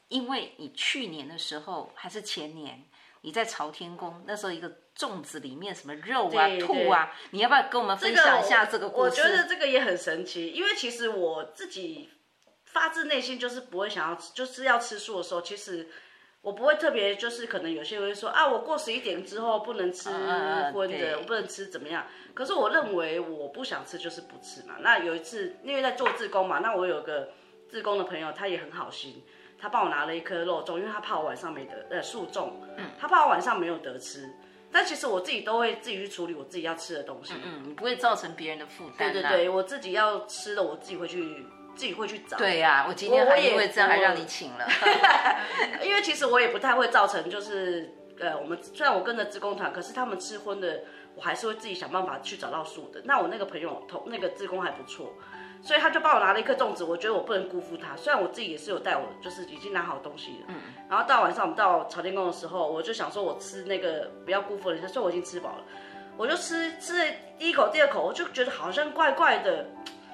Speaker 1: 因为你去年的时候还是前年。你在朝天宫那时候，一个粽子里面什么肉啊、
Speaker 2: 对对
Speaker 1: 兔啊，你要不要跟我们分
Speaker 2: 这个
Speaker 1: 享
Speaker 2: 我
Speaker 1: 一下这个故
Speaker 2: 我
Speaker 1: 事？啊
Speaker 2: 觉得这个也很神奇，因为其实我自己发自内心就是不会想要，吃，就是要吃素的时候，其实我不会特别，就是可能有些人会说啊，我过十一点之后不能吃
Speaker 1: 嗯嗯
Speaker 2: 荤
Speaker 1: 对
Speaker 2: 的，我不能吃怎么样？可是我认为我不想吃就是不吃嘛。那有一次，因为在做志工嘛，那我有个志工的朋友，他也很好心。他帮我拿了一颗肉粽，因为他怕我晚上没得呃素粽，他怕我晚上没有得吃。但其实我自己都会自己去处理我自己要吃的东西，
Speaker 1: 嗯，你不会造成别人的负担、啊。
Speaker 2: 对对对，我自己要吃的，我自己会去自己会去找。
Speaker 1: 对呀、我今天
Speaker 2: 我
Speaker 1: 还
Speaker 2: 我也
Speaker 1: 因为这样还
Speaker 2: 我
Speaker 1: 让你请了。
Speaker 2: 因为其实我也不太会造成，就是呃，我们虽然我跟着志工团，可是他们吃荤的，我还是会自己想办法去找到素的。那我那个朋友同那个志工还不错，所以他就帮我拿了一颗粽子，我觉得我不能辜负他。虽然我自己也是有带我，就是已经拿好东西了。
Speaker 1: 嗯
Speaker 2: 然后到晚上我们到朝天宫的时候，我就想说我吃那个不要辜负人家，所以我已经吃饱了。我就吃吃了第一口、第二口，我就觉得好像怪怪的，
Speaker 1: 嗯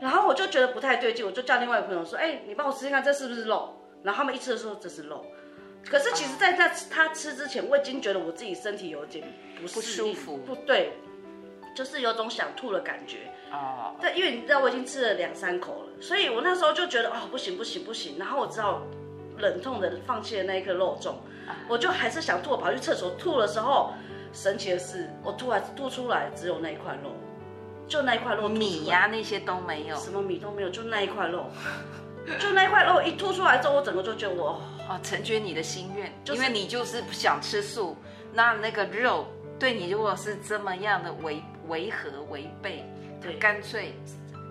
Speaker 2: 然后我就觉得不太对劲，我就叫另外一个朋友说：“哎、你帮我吃吃看，这是不是肉？”然后他们一吃的时候，这是肉。可是其实在他他吃之前，我已经觉得我自己身体有点不适
Speaker 1: 舒
Speaker 2: 应
Speaker 1: 服
Speaker 2: 不对，就是有种想吐的感觉。
Speaker 1: 哦，
Speaker 2: 但因为你知道我已经吃了两三口了，所以我那时候就觉得哦不行不行不行，然后我只好忍痛的放弃了那一颗肉粽，
Speaker 1: 啊
Speaker 2: 我就还是想吐，我跑去厕所吐的时候，神奇的是我突然吐出来只有那一块肉，就那一块肉
Speaker 1: 米
Speaker 2: 米
Speaker 1: 呀、那些都没有。
Speaker 2: 什么米都没有，就那一块肉，就那一块肉一吐出来之后，我整个就觉得我
Speaker 1: 哦，成全你的心愿，
Speaker 2: 就是
Speaker 1: 因为你就是不想吃素，那那个肉对你如果是这么样的违违和违背，
Speaker 2: 对
Speaker 1: 干脆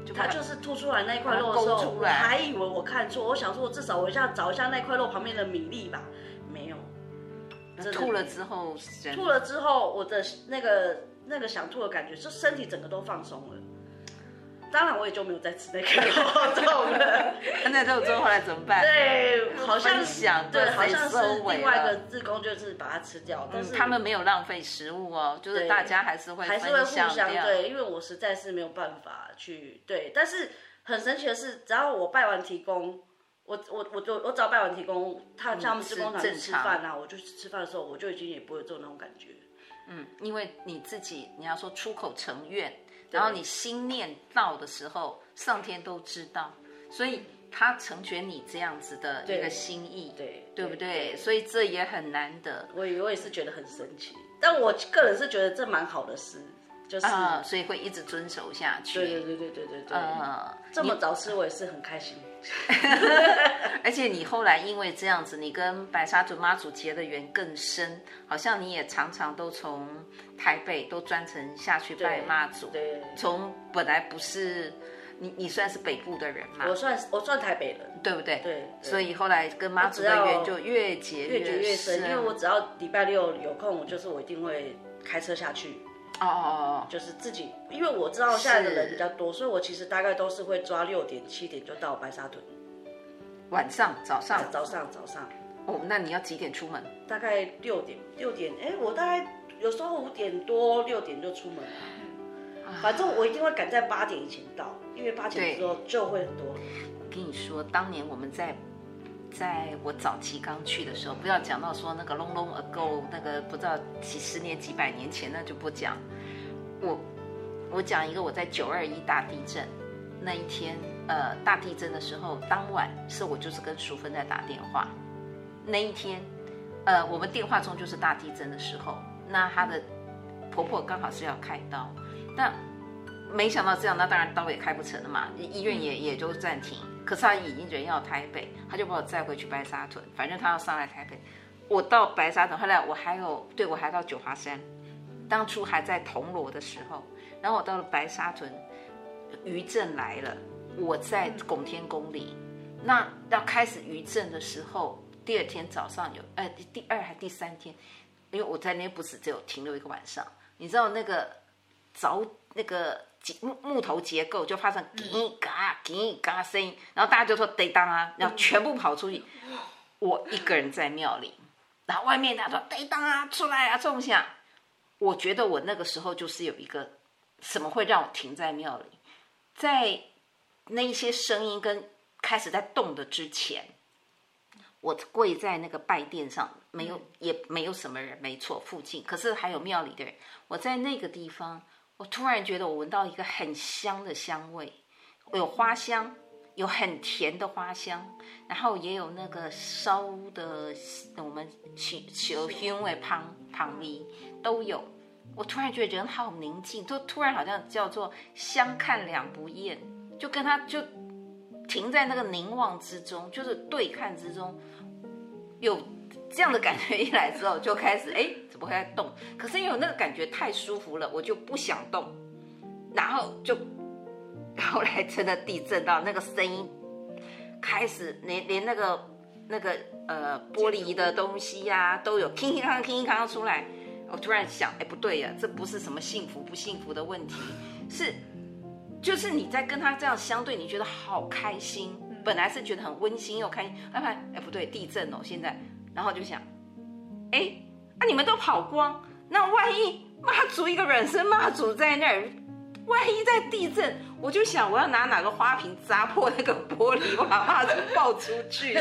Speaker 1: 就
Speaker 2: 他
Speaker 1: 把
Speaker 2: 就是吐出来那一块肉的时
Speaker 1: 把它
Speaker 2: 候，
Speaker 1: 勾出
Speaker 2: 我
Speaker 1: 来
Speaker 2: 还以为我看错，我想说我至少我一下找一下那块肉旁边的米粒吧，没有，真的
Speaker 1: 吐了
Speaker 2: 没有
Speaker 1: 之后，人
Speaker 2: 吐了之后，我的那个那个想吐的感觉，就身体整个都放松了。当然我也就没有再吃那个肉 粽了。
Speaker 1: 那肉粽后来怎么办？
Speaker 2: 对，好像
Speaker 1: 分享
Speaker 2: 对，
Speaker 1: 对
Speaker 2: 好像
Speaker 1: 谁
Speaker 2: 是
Speaker 1: 收尾
Speaker 2: 另外一个
Speaker 1: 了嗯
Speaker 2: 志工就是把它吃掉，但是
Speaker 1: 他们没有浪费食物哦，就是
Speaker 2: 对
Speaker 1: 大家还是会
Speaker 2: 还是会
Speaker 1: 分
Speaker 2: 互
Speaker 1: 享
Speaker 2: 相
Speaker 1: 掉。
Speaker 2: 对，因为我实在是没有办法去对，但是很神奇的是，只要我拜完提供，我我我就我只要拜完提供，他像他们
Speaker 1: 是
Speaker 2: 施工厂去
Speaker 1: 嗯正
Speaker 2: 吃
Speaker 1: 常
Speaker 2: 饭啊，我就去吃饭的时候，我就已经也不会有这种那种感觉。
Speaker 1: 嗯，因为你自己你要说出口成愿，然后你心念到的时候，上天都知道，所以他成全你这样子的一个心意，
Speaker 2: 对
Speaker 1: 对不对？所以这也很难得
Speaker 2: 我也我也是觉得很神奇，但我个人是觉得这蛮好的事，就是、
Speaker 1: 啊、所以会一直遵守下去。
Speaker 2: 嗯对对对对对对对，
Speaker 1: 呃，
Speaker 2: 这么早吃我也是很开心。
Speaker 1: 而且你后来因为这样子，你跟白沙屯妈祖结的缘更深，好像你也常常都从台北都专程下去拜妈祖。
Speaker 2: 对，
Speaker 1: 从本来不是你，你算是北部的人嘛
Speaker 2: 我，算我算台北人，
Speaker 1: 对不对？
Speaker 2: 对，对
Speaker 1: 所以后来跟妈祖的缘就越结
Speaker 2: 越结越
Speaker 1: 深，哦
Speaker 2: 深，因为我只要礼拜六有空，我就是我一定会开车下去，
Speaker 1: 哦哦哦，
Speaker 2: 就是自己，因为我知道现在的人
Speaker 1: 是
Speaker 2: 比较多，所以我其实大概都是会抓六点七点就到白沙屯，
Speaker 1: 晚上早上
Speaker 2: 早上早上
Speaker 1: 哦，那你要几点出门？
Speaker 2: 大概六点六点，哎、我大概有时候五点多六点就出门了，反正我一定会赶在八点以前到，因为八点之后就会很多人。
Speaker 1: 我跟你说，当年我们在在我早期刚去的时候，不要讲到说那个 long long ago 那个不知道几十年几百年前，那就不讲。我我讲一个我在九二一大地震那一天，呃，大地震的时候，当晚是我就是跟淑芬在打电话，那一天，呃，我们电话中就是大地震的时候，那她的婆婆刚好是要开刀，那没想到这样，那当然刀也开不成了嘛，医院也也就暂停。可是他已经人要台北，他就把我载回去白沙屯，反正他要上来台北。我到白沙屯，后来我还有对我还到九华山，当初还在铜锣的时候，然后我到了白沙屯，余震来了，我在拱天宫里。那要开始余震的时候，第二天早上有，呃，第二还第三天，因为我在那边不是只有停留一个晚上，你知道那个凿那个结木木头结构就发生叽嘎叽嘎声音，然后大家就说得当啊，然后全部跑出去，我一个人在庙里，然后外面大家说得当啊，出来啊，种下。我觉得我那个时候就是有一个什么会让我停在庙里，在那一些声音跟开始在动的之前，我跪在那个拜殿上，没有也没有什么人，没错，附近可是还有庙里的人。我在那个地方，我突然觉得我闻到一个很香的香味，有花香，有很甜的花香，然后也有那个烧的我们起求香味旁旁味都有。我突然觉得人好宁静，就突然好像叫做相看两不厌，就跟他就停在那个凝望之中，就是对看之中，有这样的感觉一来之后，就开始哎怎么会在动？可是因为我那个感觉太舒服了，我就不想动，然后就后来真的地震到那个声音开始连连那个那个呃玻璃的东西呀、都有叮叮当当叮叮当当出来。我突然想，哎，不对呀，这不是什么幸福不幸福的问题，是就是你在跟他这样相对，你觉得好开心，本来是觉得很温馨又开心，哎哎哎不对，地震哦，现在，然后就想，哎，啊你们都跑光，那万一妈祖一个人是妈祖在那儿，万一在地震，我就想我要拿哪个花瓶砸破那个玻璃，我把 妈祖抱出去。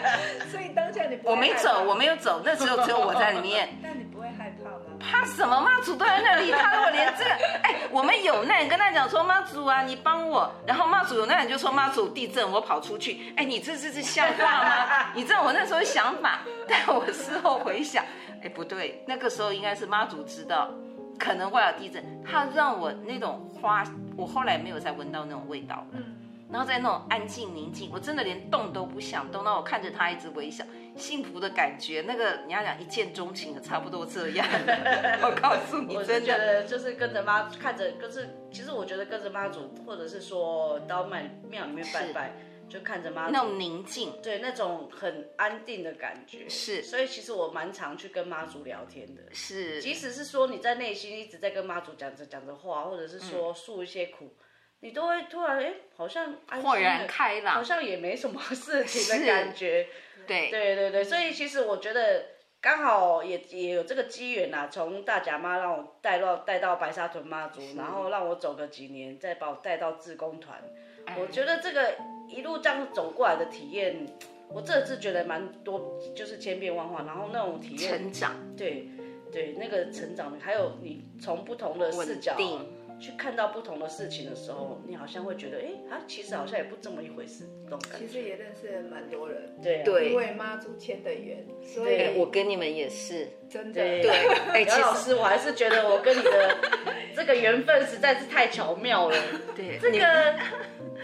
Speaker 3: 所以当下你不会
Speaker 1: 我没
Speaker 3: 害怕
Speaker 1: 走，我没有走，那时候只有我在里面。
Speaker 3: 但你不会害怕吗？
Speaker 1: 怕什么？妈祖都在那里，他如果连这个，哎，我们有难跟他讲说妈祖啊，你帮我。然后妈祖有难就说妈祖地震，我跑出去。哎，你这这是像话吗？你知道我那时候想法，但我事后回想，哎，不对，那个时候应该是妈祖知道可能会有地震，他让我那种花，我后来没有再闻到那种味道了。
Speaker 3: 嗯，
Speaker 1: 然后在那种安静宁静，我真的连动都不想动，那我看着他一直微笑，幸福的感觉，那个你要讲一见钟情的，差不多这样。 我告诉你
Speaker 2: 我，是
Speaker 1: 真
Speaker 2: 觉
Speaker 1: 的，
Speaker 2: 得就是跟着妈看着，就是其实我觉得跟着妈祖，或者是说到庙庙里面拜拜，就看着妈祖
Speaker 1: 那种宁静，
Speaker 2: 对那种很安定的感觉
Speaker 1: 是
Speaker 2: 所以其实我蛮常去跟妈祖聊天的。
Speaker 1: 是嗯
Speaker 2: 即使是说你在内心一直在跟妈祖讲着讲着话，或者是说诉一些苦，你都会突然哎、诶好像安心
Speaker 1: 豁
Speaker 2: 了
Speaker 1: 然开朗
Speaker 2: 好像也没什么事情的感觉。
Speaker 1: 对
Speaker 2: 对对
Speaker 1: 嗯
Speaker 2: 对，所以其实我觉得刚好也也有这个机缘啦，从大甲妈让我带到带到白沙屯妈祖，然后让我走个几年，再把我带到志工团。
Speaker 1: 哎
Speaker 2: 我觉得这个一路这样走过来的体验，我真的是觉得蛮多，就是千变万化，然后那种体验
Speaker 1: 成长
Speaker 2: 对对，那个成长，还有你从不同的视
Speaker 1: 稳
Speaker 2: 角
Speaker 1: 定，
Speaker 2: 去看到不同的事情的时候，你好像会觉得，哎，啊，其实好像也不这么一回事，这种感
Speaker 3: 其
Speaker 2: 觉。
Speaker 3: 实也认识了蛮多人，
Speaker 2: 对啊
Speaker 1: 对
Speaker 3: 因为妈祖牵的缘，所
Speaker 2: 对
Speaker 1: 哎
Speaker 3: 以
Speaker 1: 我跟你们也 是，
Speaker 3: 真的
Speaker 2: 对，
Speaker 1: 哎
Speaker 2: 杨
Speaker 1: 其实
Speaker 2: 老师，我还是觉得我跟你的这个缘分实在是太巧妙了。
Speaker 1: 对，
Speaker 2: 这个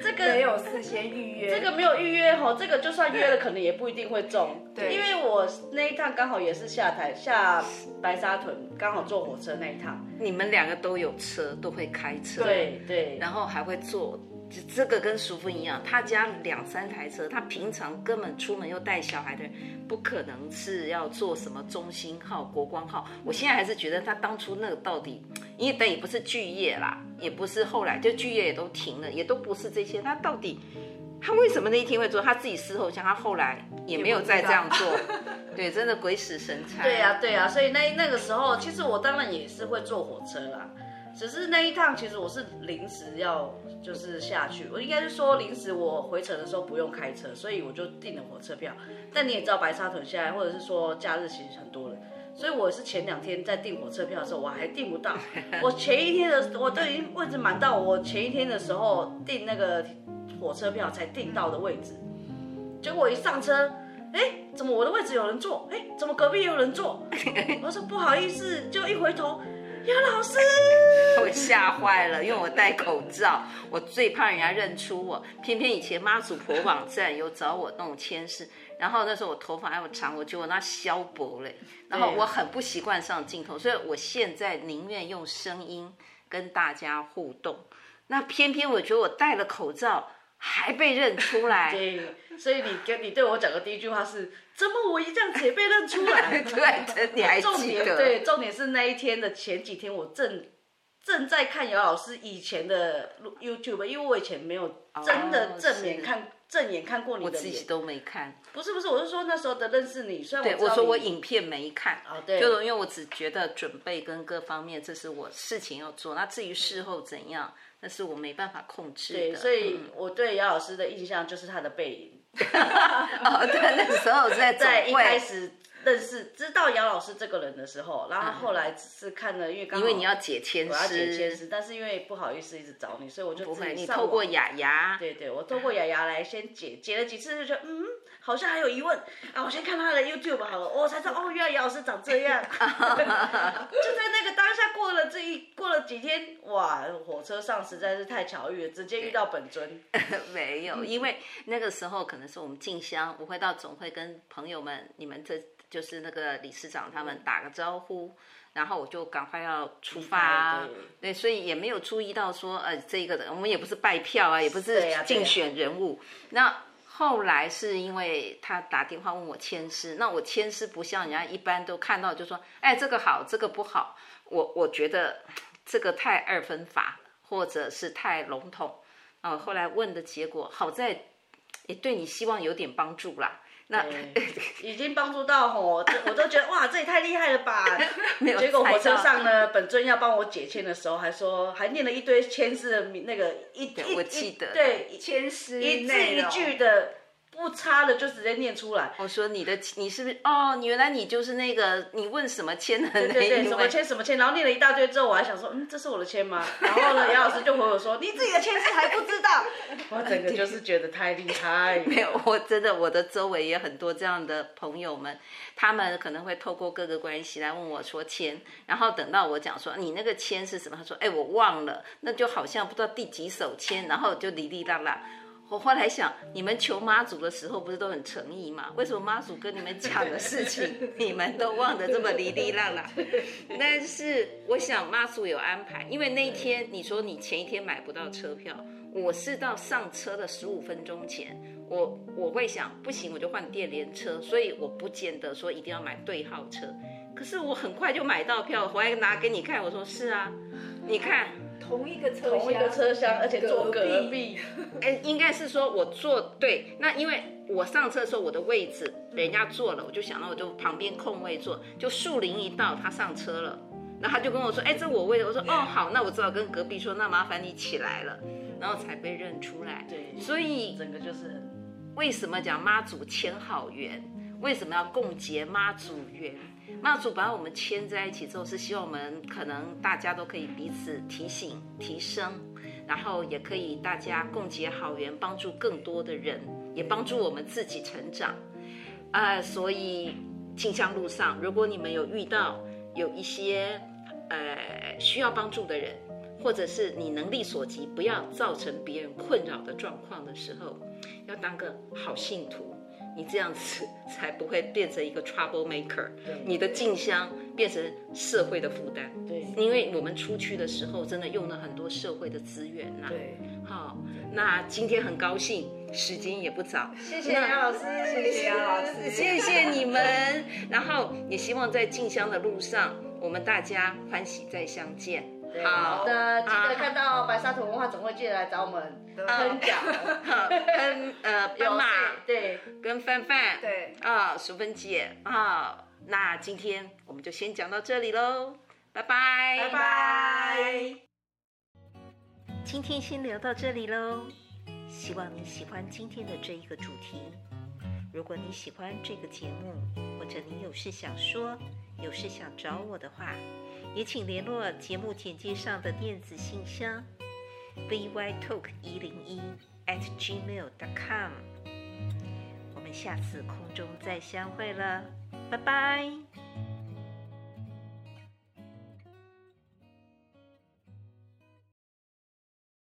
Speaker 2: 这个
Speaker 3: 没有事先预约，
Speaker 2: 这个没有预约哈，这个就算约了，可能也不一定会中。
Speaker 3: 对
Speaker 2: 因为我那一趟刚好也是下台下白沙屯，刚好坐火车那一趟。
Speaker 1: 你们两个都有车，都会开车，
Speaker 2: 对对，啊
Speaker 1: 然后还会坐。这这个跟淑芬一样，他家两三台车，他平常根本出门又带小孩的人，不可能是要坐什么中兴号、国光号。我现在还是觉得他当初那个到底，因为等也不是巨业啦，也不是后来就巨业也都停了，也都不是这些，他到底他为什么那一天会做？他自己事后想，他后来也没有再这样做，对，真的鬼使神差。
Speaker 2: 对呀、对呀、所以那那个时候，其实我当然也是会坐火车啦，只是那一趟其实我是临时要就是下去，我应该是说临时我回程的时候不用开车，所以我就订了火车票。但你也知道白沙屯现在或者是说假日其实很多人。所以我是前两天在订火车票的时候，我还订不到。我前一天的我都已经位置满到，我前一天的时候订那个火车票才订到的位置。结果我一上车，哎，怎么我的位置有人坐？哎，怎么隔壁也有 人坐？我说不好意思，就一回头，杨老师，
Speaker 1: 我吓坏了，因为我戴口罩，我最怕人家认出我。偏偏以前妈祖婆网站有找我弄签诗，然后那时候我头发还有长，我觉得我那削薄嘞，然后我很不习惯上镜头，所以我现在宁愿用声音跟大家互动。那偏偏我觉得我戴了口罩还被认出来，
Speaker 2: 对，所以你跟你对我讲的第一句话是，怎么我一这样子也被认出 来？
Speaker 1: 对，你还
Speaker 2: 重
Speaker 1: 记
Speaker 2: 点
Speaker 1: 得？
Speaker 2: 对，重点是那一天的前几天，我正正在看姚老师以前的录 YouTube，因为我以前没有真的正面
Speaker 1: 哦是
Speaker 2: 看、正眼看过你
Speaker 1: 我
Speaker 2: 的
Speaker 1: 自己
Speaker 2: 脸，
Speaker 1: 都没看。
Speaker 2: 不是不是，我是说那时候的认识你，虽然
Speaker 1: 对，
Speaker 2: 我知
Speaker 1: 我
Speaker 2: 道
Speaker 1: 说
Speaker 2: 你
Speaker 1: 我影片没看，
Speaker 2: 哦对
Speaker 1: 就是因为我只觉得准备跟各方面，这是我事情要做。那至于事后怎样，那是我没办法控制的。嗯
Speaker 2: 对，所以我对姚老师的印象就是他的背影。
Speaker 1: 哦，对，那时候在总
Speaker 2: 在一开
Speaker 1: 会，
Speaker 2: 始认识、知道姚老师这个人的时候，然后后来只是看了，因为刚
Speaker 1: 因
Speaker 2: 好
Speaker 1: 为你要解签
Speaker 2: 哦我要解签
Speaker 1: 师，
Speaker 2: 师，但是因为不好意思一直找你，所以我就
Speaker 1: 不
Speaker 2: 自
Speaker 1: 会，
Speaker 2: 己
Speaker 1: 你
Speaker 2: 上
Speaker 1: 透
Speaker 2: 网
Speaker 1: 过雅雅，
Speaker 2: 对对，我透过雅雅来先解解了几次，就觉得嗯，好像还有疑问啊，我先看他的 YouTube 好了，我、才知道哦，原来姚老师长 这样。就在那个当下过了这一过了几天，哇，火车上实在是太巧遇了，直接遇到本 尊。
Speaker 1: 没
Speaker 2: 嗯
Speaker 1: 有，因为那个时候可能是我们进香，我会到总会跟朋友们，你们这就是那个理事长他们打个招呼，然后我就赶快要出发
Speaker 2: 离开，
Speaker 1: 对，所以也没有注意到说，呃，这个人我们也不是拜票啊，也不是
Speaker 2: 对呀对呀
Speaker 1: 竞选人物，那。后来是因为他打电话问我签诗，那我签诗不像人家一般都看到就说，哎，这个好，这个不好，我我觉得这个太二分法，或者是太笼统，哦，后来问的结果，好在也对你希望有点帮助啦。那
Speaker 2: 已经帮助到吼，这我都觉得哇，这也太厉害了吧！
Speaker 1: 没有
Speaker 2: 结果火车
Speaker 1: 猜到
Speaker 2: 上呢，本尊要帮我解签的时候，还说还念了一堆签字的名那个一一
Speaker 1: 我记得
Speaker 2: 一对一
Speaker 3: 签诗
Speaker 2: 一字
Speaker 3: 内
Speaker 2: 一
Speaker 3: 容
Speaker 2: 句的不差的就直接念出来。
Speaker 1: 我说你的你是不是哦？你原来你就是那个你问什么签的那一位？
Speaker 2: 对对，什么签什么签，然后念了一大堆之后，我还想说，嗯，这是我的签吗？然后呢，杨老师就回我说，你自己的签字还不知道，我整个就是觉得太厉害了。
Speaker 1: 没有，我 真的我的周围也很多这样的朋友们，他们可能会透过各个关系来问我说签，然后等到我讲说你那个签是什么，他说哎我忘了，那就好像不知道第几手签，然后就哩哩啦啦。我后来想，你们求妈祖的时候不是都很诚意吗？为什么妈祖跟你们讲的事情，你们都忘得这么哩哩啦啦？但是我想妈祖有安排，因为那一天你说你前一天买不到车票，我是到上车的十五分钟前，我我会想不行我就换电联车，所以我不见得说一定要买对号车。可是我很快就买到票，回来拿给你看，我说是啊，你看
Speaker 3: 同一个车厢，
Speaker 2: 同一个车厢，而且坐隔
Speaker 3: 壁，
Speaker 2: 壁，
Speaker 1: 哎，应该是说我坐对，那因为我上厕所我的位置人家坐了，我就想到我就旁边空位坐，就树林一到他上车了，然后他就跟我说，哎，这我位置，我说哦好，那我只好跟隔壁说，那麻烦你起来了，然后才被认出来。
Speaker 2: 对，
Speaker 1: 所以
Speaker 2: 整个就是很
Speaker 1: 为什么讲妈祖牵好缘？为什么要共结妈祖缘？妈祖把我们牵在一起之后，是希望我们可能大家都可以彼此提醒、提升，然后也可以大家共结好缘，帮助更多的人，也帮助我们自己成长。呃，所以进香路上，如果你们有遇到有一些呃需要帮助的人，或者是你能力所及，不要造成别人困扰的状况的时候，要当个好信徒，你这样子才不会变成一个 trouble maker，你的进香变成社会的负担。
Speaker 2: 对
Speaker 1: 因为我们出去的时候，真的用了很多社会的资源呐、
Speaker 3: 对，
Speaker 1: 好，那今天很高兴，时间也不早，
Speaker 3: 谢谢杨老师，谢谢杨老师，
Speaker 1: 谢谢你们。 然后也希望在进香的路上，我们大家欢喜再相见。好
Speaker 4: 好的，记
Speaker 1: 啊
Speaker 4: 得看到白沙屯文化总会记得来找我们
Speaker 3: 啊
Speaker 2: 嗯
Speaker 4: 分享，
Speaker 1: 好，跟呃斑马
Speaker 4: 对，
Speaker 1: 跟范范
Speaker 3: 对
Speaker 1: 啊，淑芬姐啊，那今天我们就先讲到这里喽，拜拜，
Speaker 3: 拜拜。
Speaker 1: 今天先聊到这里喽，希望你喜欢今天的这一个主题。如果你喜欢这个节目，或者你有事想说，有事想找我的话，也请联络节目简介上的电子信箱 bytalk 一零一 at gmail.com。我们下次空中再相会了，拜拜。